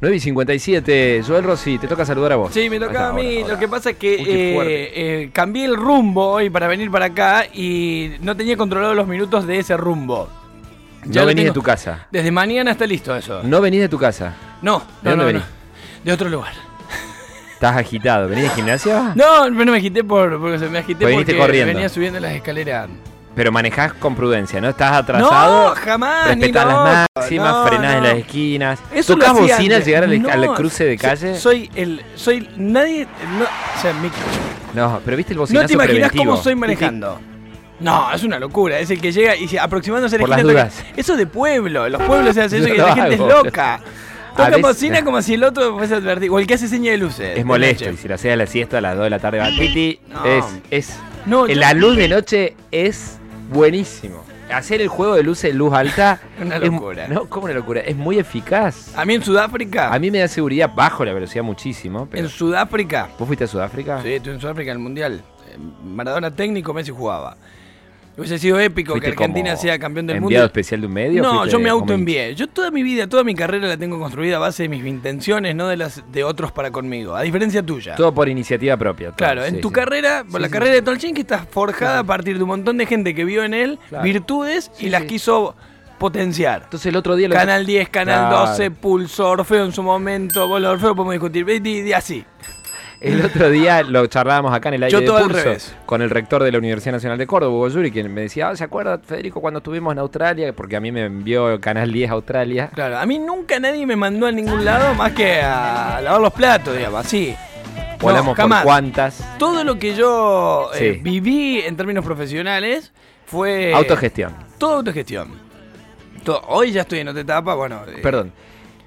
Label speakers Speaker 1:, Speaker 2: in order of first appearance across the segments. Speaker 1: 9 y 57, Joel Rossi, te toca saludar a vos.
Speaker 2: Sí, me tocaba a
Speaker 1: Ahora,
Speaker 2: mí.
Speaker 1: ahora.
Speaker 2: Lo que pasa es que
Speaker 1: Uy, qué
Speaker 2: eh,
Speaker 1: fuerte.
Speaker 2: eh, cambié el rumbo hoy para venir para acá y no tenía controlado los minutos de ese rumbo.
Speaker 1: no
Speaker 2: ya lo
Speaker 1: venís de
Speaker 2: tengo.
Speaker 1: tu casa.
Speaker 2: Desde mañana está listo eso.
Speaker 1: No venís de tu casa.
Speaker 2: No,
Speaker 1: ¿De
Speaker 2: no,
Speaker 1: dónde
Speaker 2: no,
Speaker 1: venís?
Speaker 2: no. De otro lugar.
Speaker 1: Estás agitado. ¿Venís de gimnasia?
Speaker 2: No, no me agité por, porque se me agité
Speaker 1: Pues viniste
Speaker 2: porque
Speaker 1: corriendo.
Speaker 2: venía subiendo las escaleras.
Speaker 1: Pero manejás con prudencia, ¿no? Estás atrasado.
Speaker 2: no, jamás. ni
Speaker 1: Respetás
Speaker 2: loco.
Speaker 1: las máximas,
Speaker 2: No,
Speaker 1: frenás en
Speaker 2: no.
Speaker 1: las esquinas.
Speaker 2: Eso
Speaker 1: ¿Tocás
Speaker 2: lo hacía
Speaker 1: bocina al
Speaker 2: antes.
Speaker 1: llegar al,
Speaker 2: No,
Speaker 1: al cruce de
Speaker 2: so-
Speaker 1: calle?
Speaker 2: Soy el. Soy. Nadie. No, o sea, mi-
Speaker 1: no, pero viste el bocinazo
Speaker 2: no te imaginas
Speaker 1: preventivo.
Speaker 2: cómo estoy manejando. No, es una locura. Es el que llega y se- aproximándose a la
Speaker 1: Por las
Speaker 2: esquina
Speaker 1: dudas.
Speaker 2: toca- Eso es de pueblo. Los pueblos se hacen eso
Speaker 1: No
Speaker 2: y
Speaker 1: lo
Speaker 2: la gente es
Speaker 1: hago.
Speaker 2: loca.
Speaker 1: A
Speaker 2: Toca
Speaker 1: veces-
Speaker 2: bocina como si el otro fuese a advertir. O el que hace seña de luces. de
Speaker 1: Es molesto.
Speaker 2: noche.
Speaker 1: Y si lo haces a la siesta a las 2 de la tarde, va Titi.
Speaker 2: No.
Speaker 1: Es, es.
Speaker 2: No, yo-
Speaker 1: Eh, la luz de noche es buenísimo. Hacer el juego de luces, luz alta.
Speaker 2: Una
Speaker 1: es-
Speaker 2: locura.
Speaker 1: no, como una locura. Es muy eficaz.
Speaker 2: A mí en Sudáfrica.
Speaker 1: A mí me da seguridad bajo la velocidad muchísimo. Pero
Speaker 2: En Sudáfrica.
Speaker 1: ¿Vos fuiste a Sudáfrica?
Speaker 2: Sí, estuve en Sudáfrica en el Mundial. Eh, Maradona técnico, Messi jugaba. Hubiese sido épico que
Speaker 1: ¿Fuiste como
Speaker 2: Argentina sea campeón del
Speaker 1: enviado
Speaker 2: mundo.
Speaker 1: especial de un medio?
Speaker 2: No,
Speaker 1: ¿Fuiste
Speaker 2: yo
Speaker 1: como
Speaker 2: me
Speaker 1: hincha?
Speaker 2: autoenvié. Yo toda mi vida, toda mi carrera la tengo construida a base de mis intenciones, no de las de otros para conmigo. A diferencia tuya.
Speaker 1: Todo por iniciativa propia. todo,
Speaker 2: Claro, en
Speaker 1: sí,
Speaker 2: tu
Speaker 1: sí.
Speaker 2: carrera, por la
Speaker 1: sí,
Speaker 2: carrera de Tolchin, que está forjada a partir de un montón de gente que vio en él
Speaker 1: Claro.
Speaker 2: virtudes
Speaker 1: Sí,
Speaker 2: y las
Speaker 1: sí.
Speaker 2: quiso potenciar.
Speaker 1: Entonces el otro día lo
Speaker 2: Canal 10, Canal
Speaker 1: Claro.
Speaker 2: 12, Pulso, Orfeo en su momento, bueno, Orfeo podemos discutir, y- y- y así.
Speaker 1: El otro día lo charlábamos acá en el aire
Speaker 2: Yo
Speaker 1: de
Speaker 2: todo al
Speaker 1: Pulso
Speaker 2: revés.
Speaker 1: con el rector de la Universidad Nacional de Córdoba, Hugo Yuri, quien me decía, "Ah, ¿se acuerda, Federico, cuando estuvimos en Australia? Porque a mí me envió Canal 10 a Australia.
Speaker 2: Claro, a mí nunca nadie me mandó a ningún lado más que a lavar los platos, digamos, así. No,
Speaker 1: Volamos por
Speaker 2: jamás.
Speaker 1: cuantas.
Speaker 2: Todo lo que yo eh,
Speaker 1: Sí.
Speaker 2: viví en términos profesionales fue...
Speaker 1: Autogestión.
Speaker 2: Todo autogestión. Todo- Hoy ya estoy en otra etapa, bueno... eh,
Speaker 1: Perdón.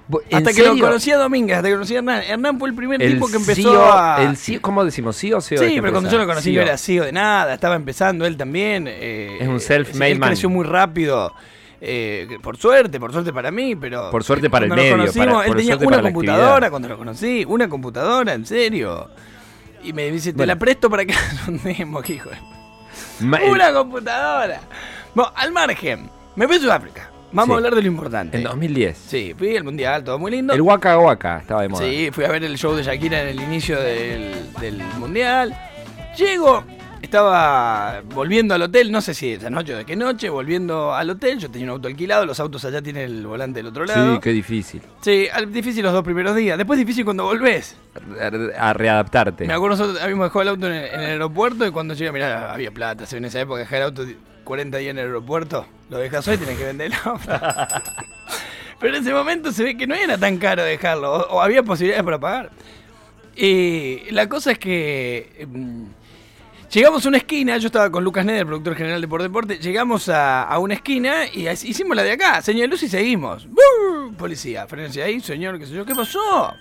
Speaker 1: Bo- ¿en
Speaker 2: Hasta que lo
Speaker 1: serio?
Speaker 2: conocí a Domínguez, hasta que conocí a Hernán. Hernán fue el primer
Speaker 1: El
Speaker 2: tipo que empezó
Speaker 1: CEO,
Speaker 2: a.
Speaker 1: el CEO, ¿Cómo decimos? ¿CEO o CEO? de
Speaker 2: sí,
Speaker 1: esta
Speaker 2: pero cuando
Speaker 1: empresa? E
Speaker 2: yo lo conocí
Speaker 1: CEO.
Speaker 2: no era CEO de nada, estaba empezando él también. eh,
Speaker 1: Es un self-made
Speaker 2: Él creció
Speaker 1: man.
Speaker 2: muy rápido. eh, por suerte, por suerte para mí, pero.
Speaker 1: Por suerte para el
Speaker 2: cuando
Speaker 1: medio,
Speaker 2: Lo conocimos,
Speaker 1: para-
Speaker 2: él
Speaker 1: por
Speaker 2: tenía
Speaker 1: suerte
Speaker 2: una
Speaker 1: para la
Speaker 2: computadora
Speaker 1: actividad.
Speaker 2: cuando lo conocí, una computadora, en serio. Y me dice, te
Speaker 1: Bueno.
Speaker 2: la presto para que andemos, que hijo de
Speaker 1: Ma- el-
Speaker 2: Una computadora. Bueno, al margen, me fui a Sudáfrica. Vamos
Speaker 1: Sí.
Speaker 2: a hablar de lo importante.
Speaker 1: En 2010.
Speaker 2: Sí, fui al mundial, todo muy lindo.
Speaker 1: El Waka Waka estaba de moda.
Speaker 2: Sí, fui a ver el show de Shakira en el inicio del, del mundial. Llego, estaba volviendo al hotel, no sé si esa noche o de qué noche, volviendo al hotel. Yo tenía un auto alquilado, los autos allá tienen el volante del otro lado.
Speaker 1: Sí, qué difícil.
Speaker 2: Sí, al- difícil los dos primeros días. Después difícil cuando volvés.
Speaker 1: A- A readaptarte.
Speaker 2: Me acuerdo, nosotros habíamos dejado el auto en el, en el aeropuerto y cuando llegué, mirá, había plata. se En esa época, dejar el auto 40 días en el aeropuerto, lo dejas hoy, tenés que venderlo. Pero en ese momento se ve que no era tan caro dejarlo, o, o había posibilidades para pagar. Y la cosa es que. em, Llegamos a una esquina, yo estaba con Lucas Neder, productor general de Por Deporte, llegamos a, a una esquina y as- hicimos la de acá, señal de luz y seguimos. ¡Buu! Policía, frenense ahí, señor, qué sé yo, ¿qué pasó?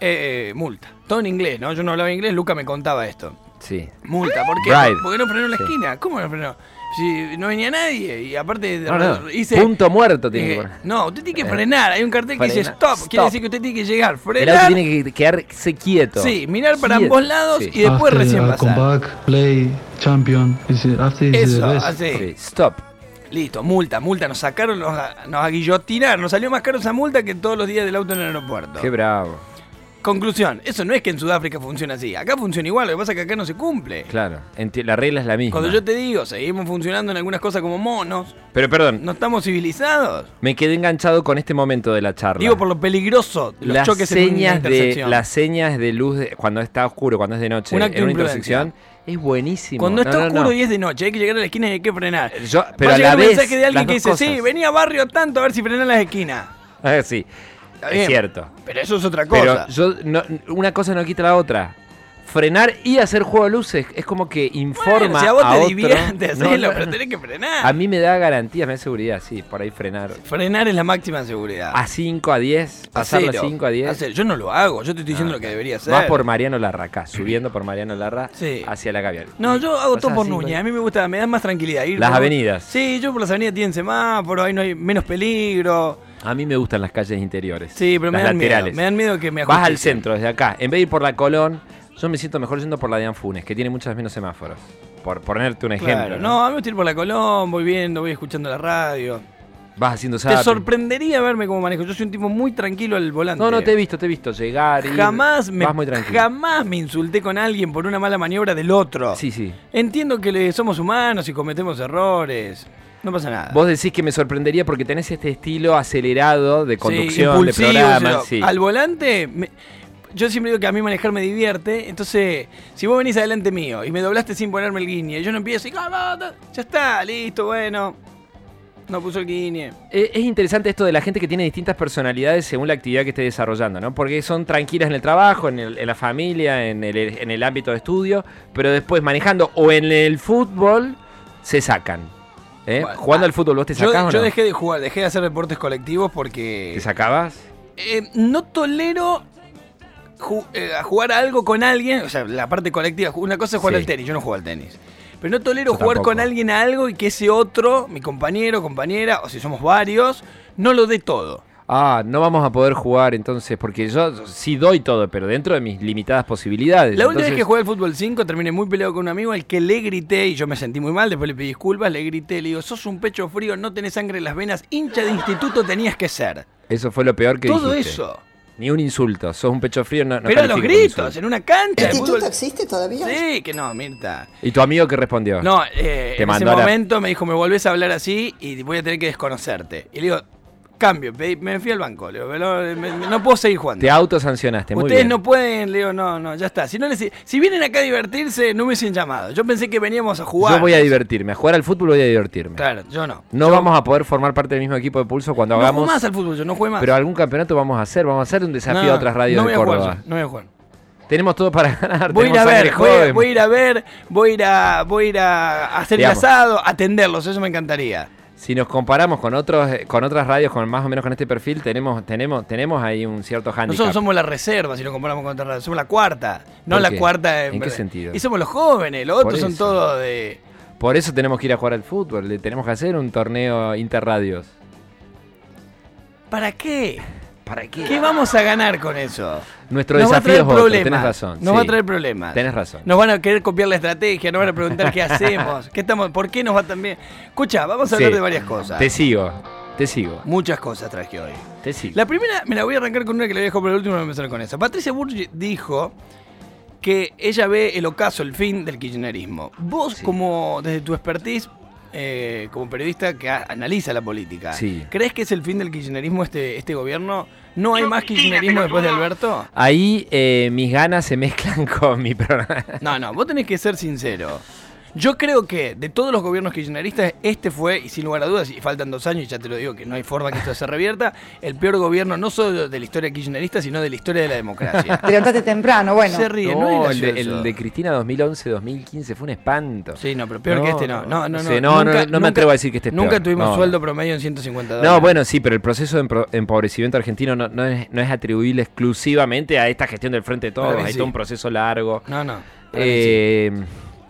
Speaker 2: Eh, multa. Todo en inglés, ¿no? Yo no hablaba inglés, Lucas me contaba esto.
Speaker 1: Sí.
Speaker 2: Multa, ¿por qué?
Speaker 1: Bribe.
Speaker 2: Porque no frenó en la
Speaker 1: Sí.
Speaker 2: esquina. ¿Cómo no frenó? Si no venía nadie y aparte
Speaker 1: No, no.
Speaker 2: hice...
Speaker 1: Punto muerto tiene que
Speaker 2: Eh,
Speaker 1: poner.
Speaker 2: no, usted tiene que
Speaker 1: Eh,
Speaker 2: frenar. Hay un cartel que dice
Speaker 1: frena,
Speaker 2: stop.
Speaker 1: stop.
Speaker 2: Quiere decir que usted tiene que llegar.
Speaker 1: El auto
Speaker 2: Frenar.
Speaker 1: tiene que quedarse quieto.
Speaker 2: Sí, mirar para
Speaker 1: Quieto,
Speaker 2: ambos lados
Speaker 1: sí.
Speaker 2: y después
Speaker 3: after
Speaker 2: recién
Speaker 3: I come
Speaker 2: pasar.
Speaker 3: back, play champion. Is it- after is the
Speaker 2: Eso,
Speaker 3: best.
Speaker 2: así.
Speaker 1: Sí, Stop.
Speaker 2: Listo, multa, multa. Nos sacaron, nos, nos aguillotinaron. Nos salió más caro esa multa que todos los días del auto en el aeropuerto.
Speaker 1: Qué bravo.
Speaker 2: Conclusión, eso no es que en Sudáfrica funciona así. Acá funciona igual, lo que pasa es que acá no se cumple.
Speaker 1: Claro. Enti- la regla es la misma.
Speaker 2: Cuando yo te digo, seguimos funcionando en algunas cosas como monos,
Speaker 1: Pero perdón,
Speaker 2: no estamos civilizados.
Speaker 1: me quedé enganchado con este momento de la charla.
Speaker 2: Digo por lo peligroso de los
Speaker 1: las
Speaker 2: choques en una
Speaker 1: señas de
Speaker 2: intersección.
Speaker 1: las señas de luz de- cuando está oscuro, cuando es de noche,
Speaker 2: Un acto
Speaker 1: en una
Speaker 2: de imprudencia.
Speaker 1: intersección es buenísimo.
Speaker 2: Cuando
Speaker 1: No,
Speaker 2: está
Speaker 1: no,
Speaker 2: oscuro
Speaker 1: no.
Speaker 2: y es de noche, hay que llegar a la esquina y hay que frenar.
Speaker 1: Yo-
Speaker 2: Va
Speaker 1: pero
Speaker 2: a
Speaker 1: a
Speaker 2: llegar
Speaker 1: la
Speaker 2: un
Speaker 1: vez,
Speaker 2: mensaje de alguien
Speaker 1: las
Speaker 2: que dice,
Speaker 1: dos
Speaker 2: sí,
Speaker 1: cosas.
Speaker 2: venía a barrio tanto a ver si frenan las esquinas.
Speaker 1: Ah, sí.
Speaker 2: Está
Speaker 1: Es
Speaker 2: bien,
Speaker 1: cierto.
Speaker 2: Pero eso es otra
Speaker 1: Pero
Speaker 2: cosa.
Speaker 1: yo no- una cosa no quita la otra. Frenar y hacer juego de luces es como que informa
Speaker 2: Bueno, si a vos
Speaker 1: a
Speaker 2: te
Speaker 1: otro.
Speaker 2: diviertes,
Speaker 1: No,
Speaker 2: hacelo,
Speaker 1: no,
Speaker 2: pero
Speaker 1: no.
Speaker 2: tenés que frenar.
Speaker 1: A mí me da garantías, me da seguridad, sí, por ahí frenar.
Speaker 2: Frenar es la máxima seguridad.
Speaker 1: A 5 a 10, pasar de
Speaker 2: Hacelo,
Speaker 1: 5 a 10.
Speaker 2: hacelo. Yo no lo hago, yo te estoy diciendo lo que debería hacer.
Speaker 1: Vas por Mariano Larra acá, subiendo por Mariano Larra
Speaker 2: Sí.
Speaker 1: hacia la caviar.
Speaker 2: No, yo hago
Speaker 1: Pasás
Speaker 2: todo por
Speaker 1: así,
Speaker 2: Núñez.
Speaker 1: ¿no?
Speaker 2: A mí me gusta, me da más tranquilidad. Ir
Speaker 1: Las
Speaker 2: por-
Speaker 1: avenidas.
Speaker 2: Sí, yo por las avenidas tienen semáforos, ahí no hay menos peligro.
Speaker 1: A mí me gustan las calles interiores.
Speaker 2: Sí, pero me
Speaker 1: las
Speaker 2: dan miedo,
Speaker 1: laterales.
Speaker 2: me dan miedo que me
Speaker 1: Vas al
Speaker 2: ajusticen.
Speaker 1: centro, desde acá. En vez de ir por la Colón, yo me siento mejor yendo por la de Anfunes, que tiene muchas menos semáforos. Por ponerte un
Speaker 2: Claro.
Speaker 1: ejemplo.
Speaker 2: No, a mí me gusta ir por la Colón, voy viendo, voy escuchando la radio.
Speaker 1: Vas haciendo
Speaker 2: Te
Speaker 1: zapping.
Speaker 2: sorprendería verme como manejo. Yo soy un tipo muy tranquilo al volante.
Speaker 1: No, no, te he visto, te he visto llegar. ir.
Speaker 2: Jamás me,
Speaker 1: Vas muy tranquilo.
Speaker 2: jamás me insulté con alguien por una mala maniobra del otro.
Speaker 1: Sí, sí.
Speaker 2: Entiendo que le- somos humanos y cometemos errores. No pasa nada.
Speaker 1: Vos decís que me sorprendería porque tenés este estilo acelerado de
Speaker 2: Sí,
Speaker 1: conducción, de
Speaker 2: impulsivo,
Speaker 1: programa.
Speaker 2: o sea,
Speaker 1: sí.
Speaker 2: Al volante, me- yo siempre digo que a mí manejar me divierte. Entonces, si vos venís adelante mío y me doblaste sin ponerme el guiñe, yo no empiezo y "Ah, va, ta- ya está, listo, bueno. No puso el guiñe.
Speaker 1: Eh, Es interesante esto de la gente que tiene distintas personalidades según la actividad que esté desarrollando, ¿no? Porque son tranquilas en el trabajo, en, el- en la familia, en el, en el ámbito de estudio, pero después manejando o en el fútbol se sacan. ¿eh?
Speaker 2: Bueno,
Speaker 1: Jugando
Speaker 2: ah,
Speaker 1: al fútbol, ¿vos te
Speaker 2: Yo,
Speaker 1: sacás o
Speaker 2: yo
Speaker 1: no?
Speaker 2: dejé de jugar, dejé de hacer deportes colectivos porque
Speaker 1: ¿Te sacabas?
Speaker 2: eh, no tolero ju- eh, a jugar a algo con alguien. O sea, la parte colectiva. Una cosa es jugar
Speaker 1: Sí.
Speaker 2: al tenis, yo no juego al tenis. Pero no tolero
Speaker 1: Yo
Speaker 2: jugar con
Speaker 1: tampoco.
Speaker 2: alguien a algo y que ese otro, mi compañero, compañera, o si somos varios, no lo dé todo.
Speaker 1: Ah, no vamos a poder jugar entonces, porque yo sí doy todo, pero dentro de mis limitadas posibilidades.
Speaker 2: La última vez
Speaker 1: Entonces,
Speaker 2: que jugué al fútbol 5 terminé muy peleado con un amigo al que le grité y yo me sentí muy mal, después le pedí disculpas, le grité, le digo, sos un pecho frío, no tenés sangre en las venas, hincha de instituto tenías que ser.
Speaker 1: Eso fue lo peor que
Speaker 2: Todo
Speaker 1: dijiste.
Speaker 2: eso.
Speaker 1: Ni un insulto, sos un pecho frío, no, no
Speaker 2: Pero a los
Speaker 1: califica como
Speaker 2: gritos,
Speaker 1: insulto.
Speaker 2: en una cancha de fútbol.
Speaker 4: ¿Instituto existe todavía?
Speaker 2: Sí, que no, Mirta.
Speaker 1: ¿Y tu amigo qué respondió?
Speaker 2: No, eh,
Speaker 1: Te
Speaker 2: en ese
Speaker 1: mandó a la-
Speaker 2: momento me dijo, me volvés a hablar así y voy a tener que desconocerte. Y le digo, cambio, pedí- me fui al banco, le digo, no, me- me- no puedo seguir jugando.
Speaker 1: Te autosancionaste, muy
Speaker 2: Ustedes
Speaker 1: bien.
Speaker 2: no pueden, le digo, no, no, ya está. Si, no les- si vienen acá a divertirse, no me hubiesen llamado. Yo pensé que veníamos a jugar.
Speaker 1: Yo voy a divertirme. A jugar al fútbol voy a divertirme.
Speaker 2: Claro, yo no.
Speaker 1: No vamos a poder formar parte del mismo equipo de pulso cuando
Speaker 2: No
Speaker 1: hagamos.
Speaker 2: juego más al fútbol, yo no juego más.
Speaker 1: Pero algún campeonato vamos a hacer. Vamos a hacer un desafío
Speaker 2: No,
Speaker 1: a otras radios
Speaker 2: no
Speaker 1: de
Speaker 2: voy a jugar
Speaker 1: Córdoba.
Speaker 2: yo, no voy a jugar.
Speaker 1: Tenemos todo para ganar.
Speaker 2: Voy a ir a
Speaker 1: tenemos sangre
Speaker 2: ver, voy a,
Speaker 1: joven.
Speaker 2: voy a ir a ver, voy a ir a, voy a, ir a hacer
Speaker 1: Te
Speaker 2: el
Speaker 1: amo.
Speaker 2: asado, atenderlos, eso me encantaría.
Speaker 1: Si nos comparamos con otros, eh, con otras radios con más o menos con este perfil, tenemos, tenemos, tenemos ahí un cierto handicap.
Speaker 2: Nosotros somos la reserva, si lo comparamos con otras radios. Somos la cuarta, no
Speaker 1: ¿Por
Speaker 2: la
Speaker 1: qué?
Speaker 2: cuarta.
Speaker 1: ¿En qué
Speaker 2: verdad.
Speaker 1: sentido?
Speaker 2: Y somos los jóvenes, los
Speaker 1: Por
Speaker 2: otros son
Speaker 1: eso.
Speaker 2: todos de...
Speaker 1: Por eso tenemos que ir a jugar al fútbol. Le tenemos que hacer un torneo interradios.
Speaker 2: ¿Para qué?
Speaker 1: ¿Para
Speaker 2: ¿Qué vamos a ganar con eso?
Speaker 1: Nuestro
Speaker 2: Nos va a
Speaker 1: desafío
Speaker 2: traer
Speaker 1: es otro.
Speaker 2: problemas.
Speaker 1: Tenés razón.
Speaker 2: Nos
Speaker 1: sí.
Speaker 2: va a traer problemas.
Speaker 1: Tenés razón.
Speaker 2: Nos van a querer copiar la estrategia, nos van a preguntar qué hacemos, qué estamos, por qué nos va tan bien. Escucha, vamos a hablar
Speaker 1: Sí.
Speaker 2: de varias cosas.
Speaker 1: Te sigo. Te sigo.
Speaker 2: Muchas cosas traje hoy.
Speaker 1: Te sigo.
Speaker 2: La primera me la voy a arrancar con una que la dejo por el último, voy a empezar con esa. Patricia Burge dijo que ella ve el ocaso, el fin del kirchnerismo. Vos,
Speaker 1: Sí.
Speaker 2: como desde tu expertise, eh, como periodista que a- analiza la política,
Speaker 1: Sí.
Speaker 2: ¿crees que es el fin del kirchnerismo este, este gobierno? ¿No hay más kirchnerismo después de Alberto?
Speaker 1: Ahí eh, mis ganas se mezclan con mi programa.
Speaker 2: No, no, vos tenés que ser sincero. Yo creo que de todos los gobiernos kirchneristas, este fue, y sin lugar a dudas, y faltan dos años, y ya te lo digo que no hay forma que esto se revierta, el peor gobierno no solo de la historia kirchnerista, sino de la historia de la democracia.
Speaker 5: Te levantaste temprano, bueno.
Speaker 2: se ríe, no,
Speaker 1: No,
Speaker 2: es
Speaker 1: el de,
Speaker 2: gracioso.
Speaker 1: el de Cristina 2011-2015 fue un espanto.
Speaker 2: Sí, no, pero peor que
Speaker 1: No,
Speaker 2: este no. No, no, no.
Speaker 1: sí, no, no, no me atrevo a decir que este es
Speaker 2: Nunca
Speaker 1: peor.
Speaker 2: tuvimos
Speaker 1: No,
Speaker 2: sueldo
Speaker 1: no.
Speaker 2: promedio en 150 dólares.
Speaker 1: No, bueno, sí, pero el proceso de empro- empobrecimiento argentino no, no es, no es atribuible exclusivamente a esta gestión del Frente de Todos.
Speaker 2: Para mí
Speaker 1: Hay
Speaker 2: sí.
Speaker 1: todo un proceso largo.
Speaker 2: No, no. para mí sí.
Speaker 1: Eh,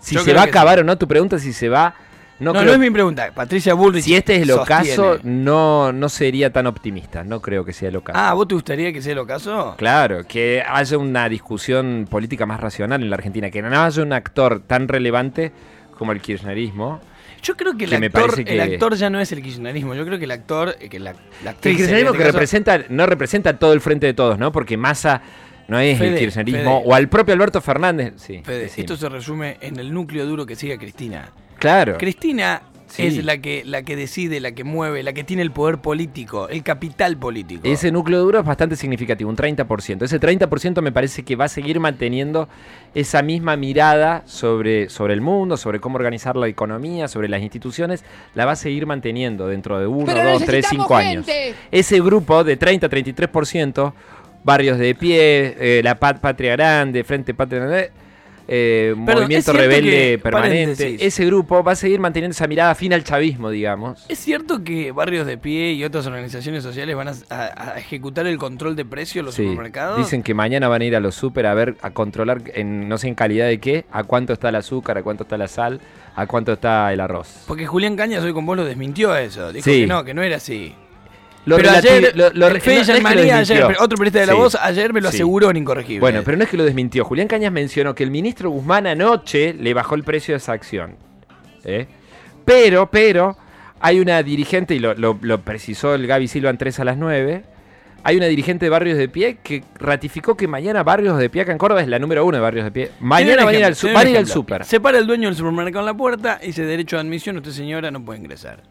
Speaker 1: Si
Speaker 2: Yo
Speaker 1: se
Speaker 2: creo
Speaker 1: va a
Speaker 2: que
Speaker 1: acabar o no, tu pregunta es si se va. No,
Speaker 2: no, no
Speaker 1: creo-
Speaker 2: es mi pregunta. Patricia Bullrich.
Speaker 1: si este es el ocaso,
Speaker 2: sostiene.
Speaker 1: no, no sería tan optimista. No creo que sea el ocaso.
Speaker 2: Ah, ¿vos te gustaría que sea el ocaso?
Speaker 1: Claro, que haya una discusión política más racional en la Argentina, que no haya un actor tan relevante como el kirchnerismo.
Speaker 2: Yo creo que el,
Speaker 1: Que me
Speaker 2: actor,
Speaker 1: parece
Speaker 2: el
Speaker 1: que-
Speaker 2: actor ya no es el kirchnerismo. Yo creo que el actor. eh, Que la, la
Speaker 1: El
Speaker 2: actriz en
Speaker 1: kirchnerismo
Speaker 2: este
Speaker 1: que
Speaker 2: caso-
Speaker 1: representa, no representa todo el frente de todos, ¿no? Porque Massa no es el
Speaker 2: Fede,
Speaker 1: kirchnerismo.
Speaker 2: Fede.
Speaker 1: O al propio Alberto Fernández. Sí,
Speaker 2: Fede,
Speaker 1: decime.
Speaker 2: esto se resume en el núcleo duro que sigue a Cristina.
Speaker 1: Claro.
Speaker 2: Cristina
Speaker 1: Sí.
Speaker 2: es la que, la que decide, la que mueve, la que tiene el poder político, el capital político.
Speaker 1: Ese núcleo duro es bastante significativo, un 30%. Ese 30% me parece que va a seguir manteniendo esa misma mirada sobre, sobre el mundo, sobre cómo organizar la economía, sobre las instituciones, la va a seguir manteniendo dentro de 1, 2, 3, 5 años. Ese grupo de 30, 33%, barrios de pie, eh, la Pat- Patria Grande, Frente Patria Grande, eh,
Speaker 2: Perdón,
Speaker 1: Movimiento
Speaker 2: es cierto
Speaker 1: Rebelde
Speaker 2: que-
Speaker 1: Permanente,
Speaker 2: paréntesis.
Speaker 1: ese grupo va a seguir manteniendo esa mirada fin al chavismo, digamos.
Speaker 2: ¿Es cierto que barrios de pie y otras organizaciones sociales van a, a- a ejecutar el control de precios en los
Speaker 1: Sí,
Speaker 2: supermercados?
Speaker 1: Dicen que mañana van a ir a los super a ver, a controlar, en, no sé en calidad de qué, a cuánto está el azúcar, a cuánto está la sal, a cuánto está el arroz.
Speaker 2: Porque Julián Cañas hoy con vos lo desmintió eso. Dijo
Speaker 1: Sí.
Speaker 2: que no, que no era así.
Speaker 1: Lo
Speaker 2: pero
Speaker 1: relati-
Speaker 2: ayer,
Speaker 1: lo- lo-
Speaker 2: el
Speaker 1: no-
Speaker 2: Fede
Speaker 1: no es que lo
Speaker 2: Gianmaría ayer,
Speaker 1: desmintió.
Speaker 2: pero otro periodista de la
Speaker 1: Sí.
Speaker 2: voz, ayer me lo
Speaker 1: Sí.
Speaker 2: aseguró en Incorregible.
Speaker 1: Bueno, pero no es que lo desmintió. Julián Cañas mencionó que el ministro Guzmán anoche le bajó el precio de esa acción. ¿eh? Pero, pero, Hay una dirigente, y lo, lo- lo precisó el Gaby Silva en 3 a las 9. Hay una dirigente de Barrios de Pie que ratificó que mañana Barrios de Pie acá en Córdoba es la número uno de Barrios de Pie. Mañana
Speaker 2: Tiene un
Speaker 1: van a ir al,
Speaker 2: ejemplo,
Speaker 1: su-
Speaker 2: tiene un
Speaker 1: van a ir al
Speaker 2: ejemplo.
Speaker 1: súper.
Speaker 2: Se para el dueño del supermercado en la puerta y dice derecho de admisión, usted señora no puede ingresar.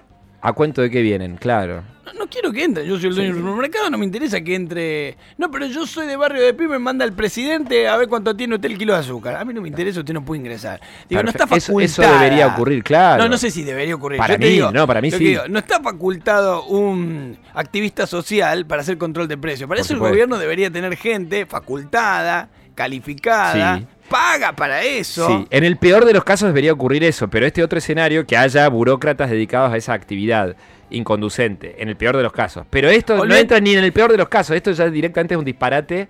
Speaker 1: ¿A cuento de qué vienen? Claro.
Speaker 2: No, no quiero que entre, yo soy el dueño del supermercado, no me interesa que entre. No, pero yo soy de barrio de Pi, me manda el presidente a ver cuánto tiene usted el kilo de azúcar. A mí no me interesa, usted no puede ingresar. Digo, no
Speaker 1: Perfecto.
Speaker 2: está
Speaker 1: Eso-
Speaker 2: facultada.
Speaker 1: eso debería ocurrir, claro.
Speaker 2: No, no sé si debería ocurrir.
Speaker 1: Para
Speaker 2: Yo te
Speaker 1: mí,
Speaker 2: digo,
Speaker 1: no, para mí
Speaker 2: yo
Speaker 1: sí.
Speaker 2: te digo, no está facultado un activista social para hacer control de precios. Para
Speaker 1: Por
Speaker 2: eso el
Speaker 1: supuesto.
Speaker 2: gobierno debería tener gente facultada, calificada,
Speaker 1: Sí.
Speaker 2: paga para eso.
Speaker 1: Sí, en el peor de los casos debería ocurrir eso, pero este otro escenario, que haya burócratas dedicados a esa actividad inconducente, en el peor de los casos. Pero esto no
Speaker 2: Olvi-
Speaker 1: entra ni en el peor de los casos, esto ya directamente es un disparate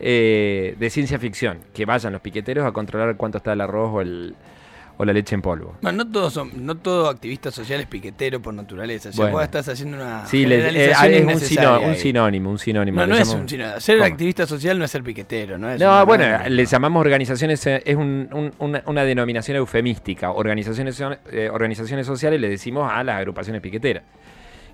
Speaker 1: eh, de ciencia ficción, que vayan los piqueteros a controlar cuánto está el arroz o, el- o la leche en polvo.
Speaker 2: Bueno, no todos son, no todo activista social es piquetero por naturaleza. O sea,
Speaker 1: Bueno.
Speaker 2: vos estás haciendo una
Speaker 1: Sí, le- eh,
Speaker 2: Ah, generalización
Speaker 1: es un,
Speaker 2: innecesaria
Speaker 1: sino- un
Speaker 2: ahí.
Speaker 1: sinónimo, un sinónimo.
Speaker 2: No,
Speaker 1: le
Speaker 2: no es
Speaker 1: llamamos-
Speaker 2: un sinónimo. Ser
Speaker 1: ¿Cómo?
Speaker 2: activista social no es ser piquetero, no es
Speaker 1: No,
Speaker 2: un-
Speaker 1: bueno, le llamamos organizaciones, eh, es un- un- una, una denominación eufemística. Organizaciones, so- eh, organizaciones sociales le decimos a las agrupaciones piqueteras,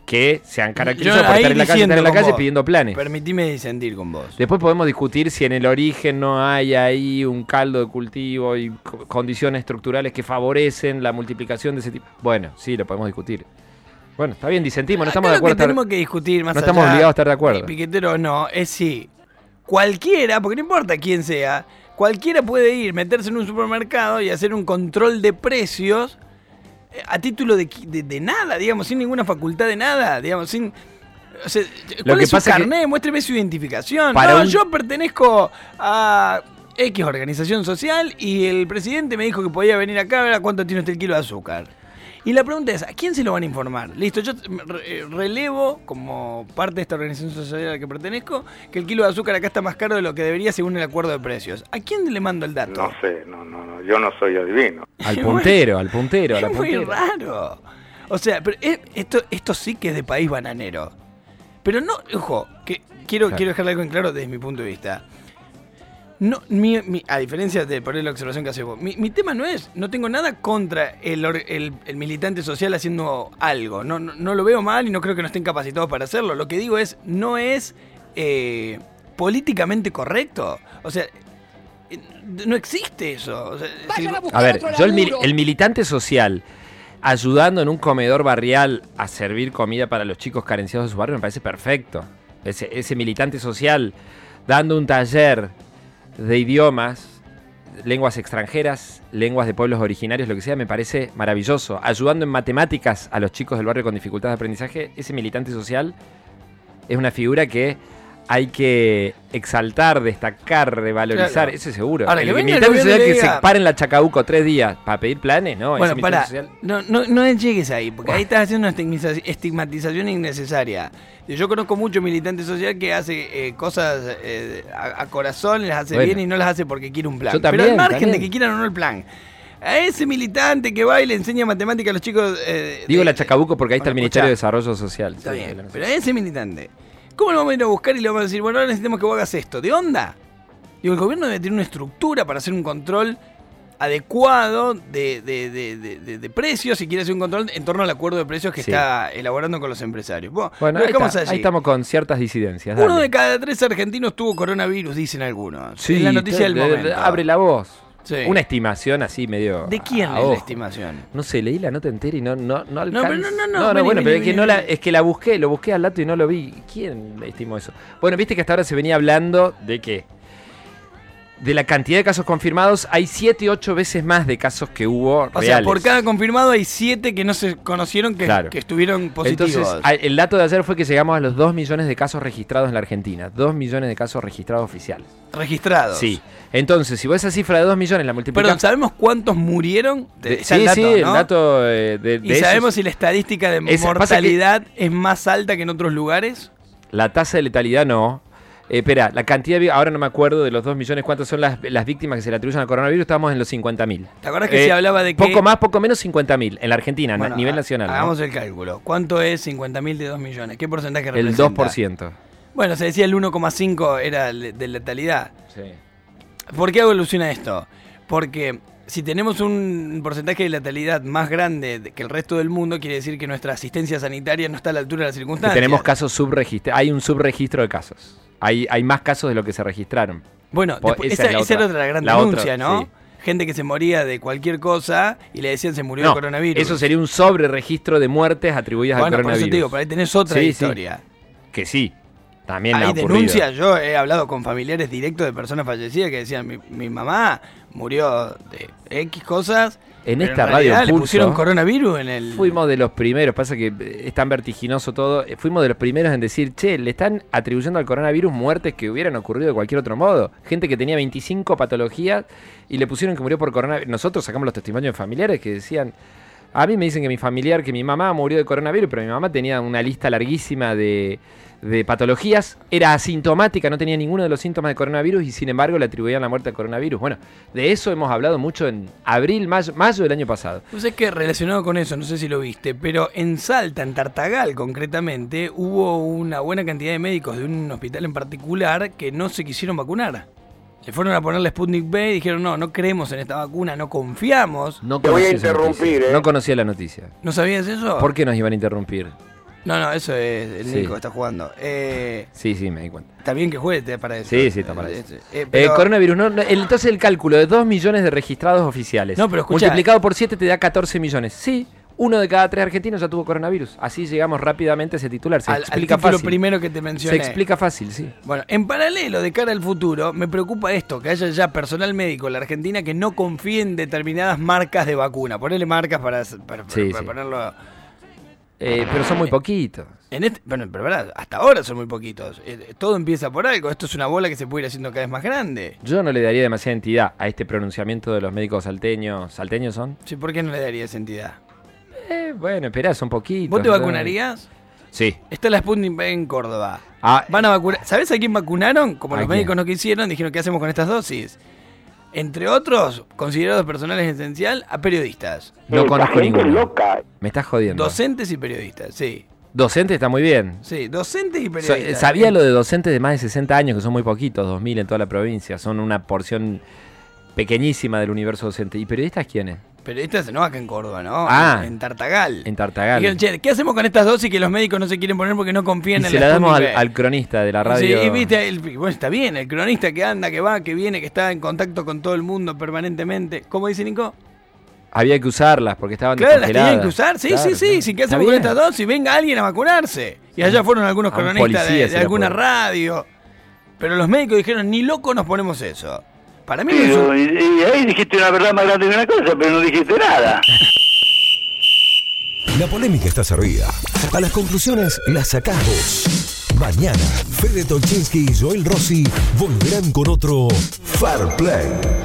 Speaker 1: que se han caracterizado
Speaker 2: Yo
Speaker 1: por
Speaker 2: ahí
Speaker 1: estar en la calle, estar en
Speaker 2: diciendo
Speaker 1: la calle
Speaker 2: como-
Speaker 1: pidiendo planes.
Speaker 2: Permitime disentir con vos.
Speaker 1: Después podemos discutir si en el origen no hay ahí un caldo de cultivo y co- condiciones estructurales que favorecen la multiplicación de ese tipo. Bueno, sí, lo podemos discutir. Bueno, está bien, disentimos, no estamos
Speaker 2: Acá
Speaker 1: de
Speaker 2: lo
Speaker 1: acuerdo.
Speaker 2: Que
Speaker 1: estar-
Speaker 2: tenemos que discutir más
Speaker 1: no estamos
Speaker 2: allá
Speaker 1: obligados a estar de acuerdo.
Speaker 2: si Piquetero o no, es si cualquiera, porque no importa quién sea, cualquiera puede ir, meterse en un supermercado y hacer un control de precios eh, a título de, qui- de- de nada, digamos, sin ninguna facultad de nada, digamos, sin. o sea, ¿Cuál
Speaker 1: que
Speaker 2: es su
Speaker 1: pasa es que-
Speaker 2: carnet? Muéstreme su identificación.
Speaker 1: Para
Speaker 2: no,
Speaker 1: un-
Speaker 2: yo pertenezco a X organización social y el presidente me dijo que podía venir acá a ver a cuánto tiene usted el kilo de azúcar. Y la pregunta es, ¿a quién se lo van a informar? Listo, yo re- eh, relevo, como parte de esta organización social a la que pertenezco, que el kilo de azúcar acá está más caro de lo que debería según el acuerdo de precios. ¿A quién le mando el dato?
Speaker 4: No sé, no, no, no, yo no soy adivino.
Speaker 1: Al puntero, al puntero, a la
Speaker 2: es muy
Speaker 1: puntera.
Speaker 2: raro. O sea, pero es- esto, esto sí que es de país bananero. Pero no, ojo, que quiero,
Speaker 1: Claro.
Speaker 2: quiero dejar algo en claro desde mi punto de vista. No, mi- mi- a diferencia de por ahí la observación que haces vos, mi, mi tema no es, no tengo nada contra el, or- el- el militante social haciendo algo. No, no, no lo veo mal y no creo que no estén capacitados para hacerlo. Lo que digo es, no es eh, políticamente correcto. O sea, eh, no existe eso. O sea, es decir,
Speaker 1: A ver, yo el, mil- el militante social ayudando en un comedor barrial a servir comida para los chicos carenciados de su barrio me parece perfecto. Ese, ese militante social dando un taller de idiomas, lenguas extranjeras, lenguas de pueblos originarios, lo que sea, me parece maravilloso. Ayudando en matemáticas a los chicos del barrio con dificultades de aprendizaje, ese militante social es una figura que hay que exaltar, destacar, revalorizar,
Speaker 2: Claro.
Speaker 1: eso es seguro.
Speaker 2: Ahora,
Speaker 1: el
Speaker 2: que venga el
Speaker 1: militante
Speaker 2: gobierno y
Speaker 1: social
Speaker 2: le
Speaker 1: que
Speaker 2: diga-
Speaker 1: se para en la Chacabuco tres días para pedir planes, ¿no?
Speaker 2: Bueno,
Speaker 1: Ese militante
Speaker 2: para,
Speaker 1: social-
Speaker 2: no, no, no llegues ahí, porque ahí estás haciendo una estigmiza- estigmatización innecesaria. Yo conozco mucho militante social que hace eh, cosas eh, a, a corazón, las hace
Speaker 1: Bueno.
Speaker 2: bien y no las hace porque quiere un plan.
Speaker 1: Yo también,
Speaker 2: Pero al margen
Speaker 1: también.
Speaker 2: de que quieran o no el plan. A ese militante que va y le enseña matemáticas a los chicos... eh,
Speaker 1: Digo
Speaker 2: de-
Speaker 1: la Chacabuco porque ahí está el
Speaker 2: Bueno,
Speaker 1: Ministerio de
Speaker 2: escuchá.
Speaker 1: Desarrollo Social.
Speaker 2: Está
Speaker 1: Sí,
Speaker 2: bien,
Speaker 1: la-
Speaker 2: pero a ese militante, ¿cómo lo vamos a ir a buscar y le vamos a decir, bueno, ahora necesitamos que vos hagas esto? ¿De onda? Digo, el gobierno debe tener una estructura para hacer un control adecuado de, de- de- de- de- de precios, si quiere hacer un control en torno al acuerdo de precios que
Speaker 1: Sí.
Speaker 2: está elaborando con los empresarios. Bueno,
Speaker 1: Bueno,
Speaker 2: lo
Speaker 1: ahí,
Speaker 2: dejamos
Speaker 1: está,
Speaker 2: allí.
Speaker 1: ahí estamos con ciertas disidencias.
Speaker 2: Uno
Speaker 1: dale.
Speaker 2: de cada tres argentinos tuvo coronavirus, dicen algunos.
Speaker 1: Sí,
Speaker 2: es la noticia
Speaker 1: te-
Speaker 2: del
Speaker 1: de-
Speaker 2: momento.
Speaker 1: de- Abre la voz.
Speaker 2: Sí.
Speaker 1: Una estimación así medio.
Speaker 2: ¿De quién
Speaker 1: a
Speaker 2: es la
Speaker 1: ojo.
Speaker 2: estimación?
Speaker 1: No sé, leí la nota entera y no, no, no alcanzo.
Speaker 2: pero no, no, no,
Speaker 1: no,
Speaker 2: vení,
Speaker 1: bueno,
Speaker 2: vení,
Speaker 1: pero es que,
Speaker 2: vení,
Speaker 1: no la,
Speaker 2: vení.
Speaker 1: es que la busqué, lo busqué al dato y no lo vi. ¿Quién le estimó eso? Bueno, viste que hasta ahora se venía hablando de que de la cantidad de casos confirmados hay 7, 8 veces más de casos que hubo
Speaker 2: O sea,
Speaker 1: reales.
Speaker 2: por cada confirmado hay siete que no se conocieron que,
Speaker 1: Claro.
Speaker 2: que estuvieron positivos.
Speaker 1: Entonces, a- el dato de ayer fue que llegamos a los 2 millones de casos registrados en la Argentina. 2 millones de casos registrados oficiales.
Speaker 2: registrados.
Speaker 1: Sí. Entonces, si vos esa cifra de 2 millones la
Speaker 2: Perdón,
Speaker 1: multiplicás...
Speaker 2: ¿sabemos cuántos murieron?
Speaker 1: de-
Speaker 2: Está el
Speaker 1: sí, sí,
Speaker 2: dato,
Speaker 1: el
Speaker 2: ¿no?
Speaker 1: dato eh, de, de
Speaker 2: ¿Y
Speaker 1: esos-
Speaker 2: sabemos si la estadística de
Speaker 1: Esa- pasa que-
Speaker 2: mortalidad es más alta que en otros lugares?
Speaker 1: La tasa de letalidad no. Eh, espera, la cantidad, de vi- ahora no me acuerdo de los 2 millones, cuántas son las, las víctimas que se le atribuyen al coronavirus, estábamos en los 50.000.
Speaker 2: ¿Te acuerdas que se hablaba de que-
Speaker 1: Eh, Poco más, poco menos 50.000 en la Argentina,
Speaker 2: Bueno,
Speaker 1: a nivel
Speaker 2: ha-
Speaker 1: nacional. ¿no?
Speaker 2: Hagamos el cálculo. ¿Cuánto es 50.000 de 2 millones? ¿Qué porcentaje
Speaker 1: El
Speaker 2: representa?
Speaker 1: 2%.
Speaker 2: Bueno, se decía el 1,5 era le- de letalidad.
Speaker 1: Sí.
Speaker 2: ¿Por qué hago alusión a esto? Porque si tenemos un porcentaje de letalidad más grande de- que el resto del mundo, quiere decir que nuestra asistencia sanitaria no está a la altura de las
Speaker 1: Que
Speaker 2: circunstancias.
Speaker 1: tenemos casos subregistrados. Hay un subregistro de casos. Hay, hay más casos de lo que se registraron.
Speaker 2: Bueno,
Speaker 1: Po-
Speaker 2: después-
Speaker 1: esa
Speaker 2: esa,
Speaker 1: es la
Speaker 2: esa era
Speaker 1: otra.
Speaker 2: otra gran
Speaker 1: La otra,
Speaker 2: denuncia, ¿no?
Speaker 1: sí.
Speaker 2: Gente que se moría de cualquier cosa y le decían se murió de
Speaker 1: No,
Speaker 2: coronavirus.
Speaker 1: eso sería un sobreregistro de muertes atribuidas
Speaker 2: bueno,
Speaker 1: al
Speaker 2: por eso
Speaker 1: coronavirus.
Speaker 2: te digo, por ahí tenés otra
Speaker 1: Sí, sí.
Speaker 2: historia.
Speaker 1: Que sí, también ha
Speaker 2: Hay
Speaker 1: ocurrido.
Speaker 2: denuncias, yo he hablado con familiares directos de personas fallecidas que decían, mi, mi mamá murió de X cosas.
Speaker 1: En
Speaker 2: pero
Speaker 1: esta radio
Speaker 2: realidad le
Speaker 1: Pulso,
Speaker 2: pusieron coronavirus en el...
Speaker 1: Fuimos de los primeros, pasa que eh, es tan vertiginoso todo, eh, fuimos de los primeros en decir, che, le están atribuyendo al coronavirus muertes que hubieran ocurrido de cualquier otro modo. Gente que tenía 25 patologías y le pusieron que murió por coronavirus. Nosotros sacamos los testimonios de familiares que decían, a mí me dicen que mi familiar, que mi mamá murió de coronavirus, pero mi mamá tenía una lista larguísima de, de patologías, era asintomática, no tenía ninguno de los síntomas de coronavirus y sin embargo le atribuían la muerte al coronavirus. Bueno, de eso hemos hablado mucho en abril, mayo, mayo del año pasado.
Speaker 2: Pues es que relacionado con eso, no sé si lo viste, pero en Salta, en Tartagal concretamente, hubo una buena cantidad de médicos de un hospital en particular que no se quisieron vacunar. Le fueron a poner la Sputnik B y dijeron, no, no creemos en esta vacuna, no confiamos.
Speaker 1: No
Speaker 4: Te voy
Speaker 1: conocía
Speaker 4: a
Speaker 1: esa
Speaker 4: interrumpir,
Speaker 1: noticia.
Speaker 4: ¿eh?
Speaker 1: No conocía la noticia.
Speaker 2: ¿No sabías eso?
Speaker 1: ¿Por qué nos iban a interrumpir?
Speaker 2: No, no, eso es el
Speaker 1: Sí.
Speaker 2: Nico que está jugando. Eh,
Speaker 1: Sí, sí, me di cuenta.
Speaker 2: está bien que juegue, te parece.
Speaker 1: Sí, sí, está para
Speaker 2: Eh,
Speaker 1: eso.
Speaker 2: eh,
Speaker 1: Eh,
Speaker 2: pero-
Speaker 1: coronavirus, no, no, el- entonces el cálculo de 2 millones de registrados oficiales.
Speaker 2: No, pero escucha.
Speaker 1: Multiplicado por 7 te da 14 millones. Sí, uno de cada tres argentinos ya tuvo coronavirus. Así llegamos rápidamente a ese titular. Se
Speaker 2: al, al
Speaker 1: explica
Speaker 2: título
Speaker 1: fácil.
Speaker 2: primero que te
Speaker 1: Se
Speaker 2: mencioné.
Speaker 1: explica fácil, sí.
Speaker 2: Bueno, en paralelo, de cara al futuro, me preocupa esto, que haya ya personal médico en la Argentina que no confíe en determinadas marcas de vacuna. Ponele marcas para, para- para-
Speaker 1: Sí,
Speaker 2: para
Speaker 1: sí.
Speaker 2: ponerlo...
Speaker 1: Eh, pero son muy poquitos.
Speaker 2: En este, bueno, pero verdad, hasta ahora son muy poquitos. Eh, todo empieza por algo. Esto es una bola que se puede ir haciendo cada vez más grande.
Speaker 1: Yo no le daría demasiada entidad a este pronunciamiento de los médicos salteños. ¿Salteños son?
Speaker 2: Sí, ¿por qué no le daría esa entidad?
Speaker 1: Eh, bueno, esperá, son poquitos.
Speaker 2: ¿Vos te
Speaker 1: ¿verdad?
Speaker 2: vacunarías?
Speaker 1: Sí.
Speaker 2: Está la Sputnik B en Córdoba.
Speaker 1: Ah,
Speaker 2: Van a vacunar. ¿Sabés a quién vacunaron? Como
Speaker 1: ¿A
Speaker 2: los
Speaker 1: quién?
Speaker 2: médicos no quisieron, dijeron, ¿qué hacemos con estas dosis? Entre otros, considerados personales esencial, a periodistas.
Speaker 1: no
Speaker 4: Esta
Speaker 1: conozco
Speaker 4: gente es
Speaker 1: ninguno.
Speaker 4: loca.
Speaker 1: Me estás jodiendo.
Speaker 2: Docentes y periodistas, sí.
Speaker 1: Docente está muy bien.
Speaker 2: Sí, docentes y
Speaker 1: So- eh,
Speaker 2: periodistas.
Speaker 1: sabía lo de docentes de más de 60 años, que son muy poquitos, 2.000 en toda la provincia. Son una porción pequeñísima del universo docente. ¿Y periodistas quiénes?
Speaker 2: Periodistas no acá en Córdoba, ¿no?
Speaker 1: Ah.
Speaker 2: En Tartagal.
Speaker 1: En Tartagal.
Speaker 2: Dijeron, che, ¿qué hacemos con estas dosis que los médicos no se quieren poner porque no
Speaker 1: Y
Speaker 2: confían en
Speaker 1: se
Speaker 2: la
Speaker 1: la damos al,
Speaker 2: Sputnik B?
Speaker 1: al cronista de la radio.
Speaker 2: Sí, y viste, el- bueno, está bien, el cronista que anda, que va, que viene, que está en contacto con todo el mundo permanentemente. ¿Cómo dice Nico?
Speaker 1: Había que usarlas porque estaban
Speaker 2: Claro, las
Speaker 1: descongeladas.
Speaker 2: tenían que usar, sí, sí,
Speaker 1: Claro,
Speaker 2: sí,
Speaker 1: claro.
Speaker 2: sí, ¿qué
Speaker 1: Está
Speaker 2: hacemos con
Speaker 1: bien.
Speaker 2: estas dosis? Venga alguien a vacunarse. Y allá fueron algunos
Speaker 1: A un
Speaker 2: cronistas
Speaker 1: policía
Speaker 2: de,
Speaker 1: se
Speaker 2: de
Speaker 1: la
Speaker 2: alguna
Speaker 1: pone.
Speaker 2: radio. Pero los médicos dijeron, ni loco nos ponemos eso. Para mí no es un-
Speaker 5: Pero, y, y ahí dijiste una verdad más grande que una cosa, pero no dijiste nada.
Speaker 6: La polémica está servida. A las conclusiones las sacás vos. Mañana, Fede Tolchinsky y Joel Rossi volverán con otro Fair Play.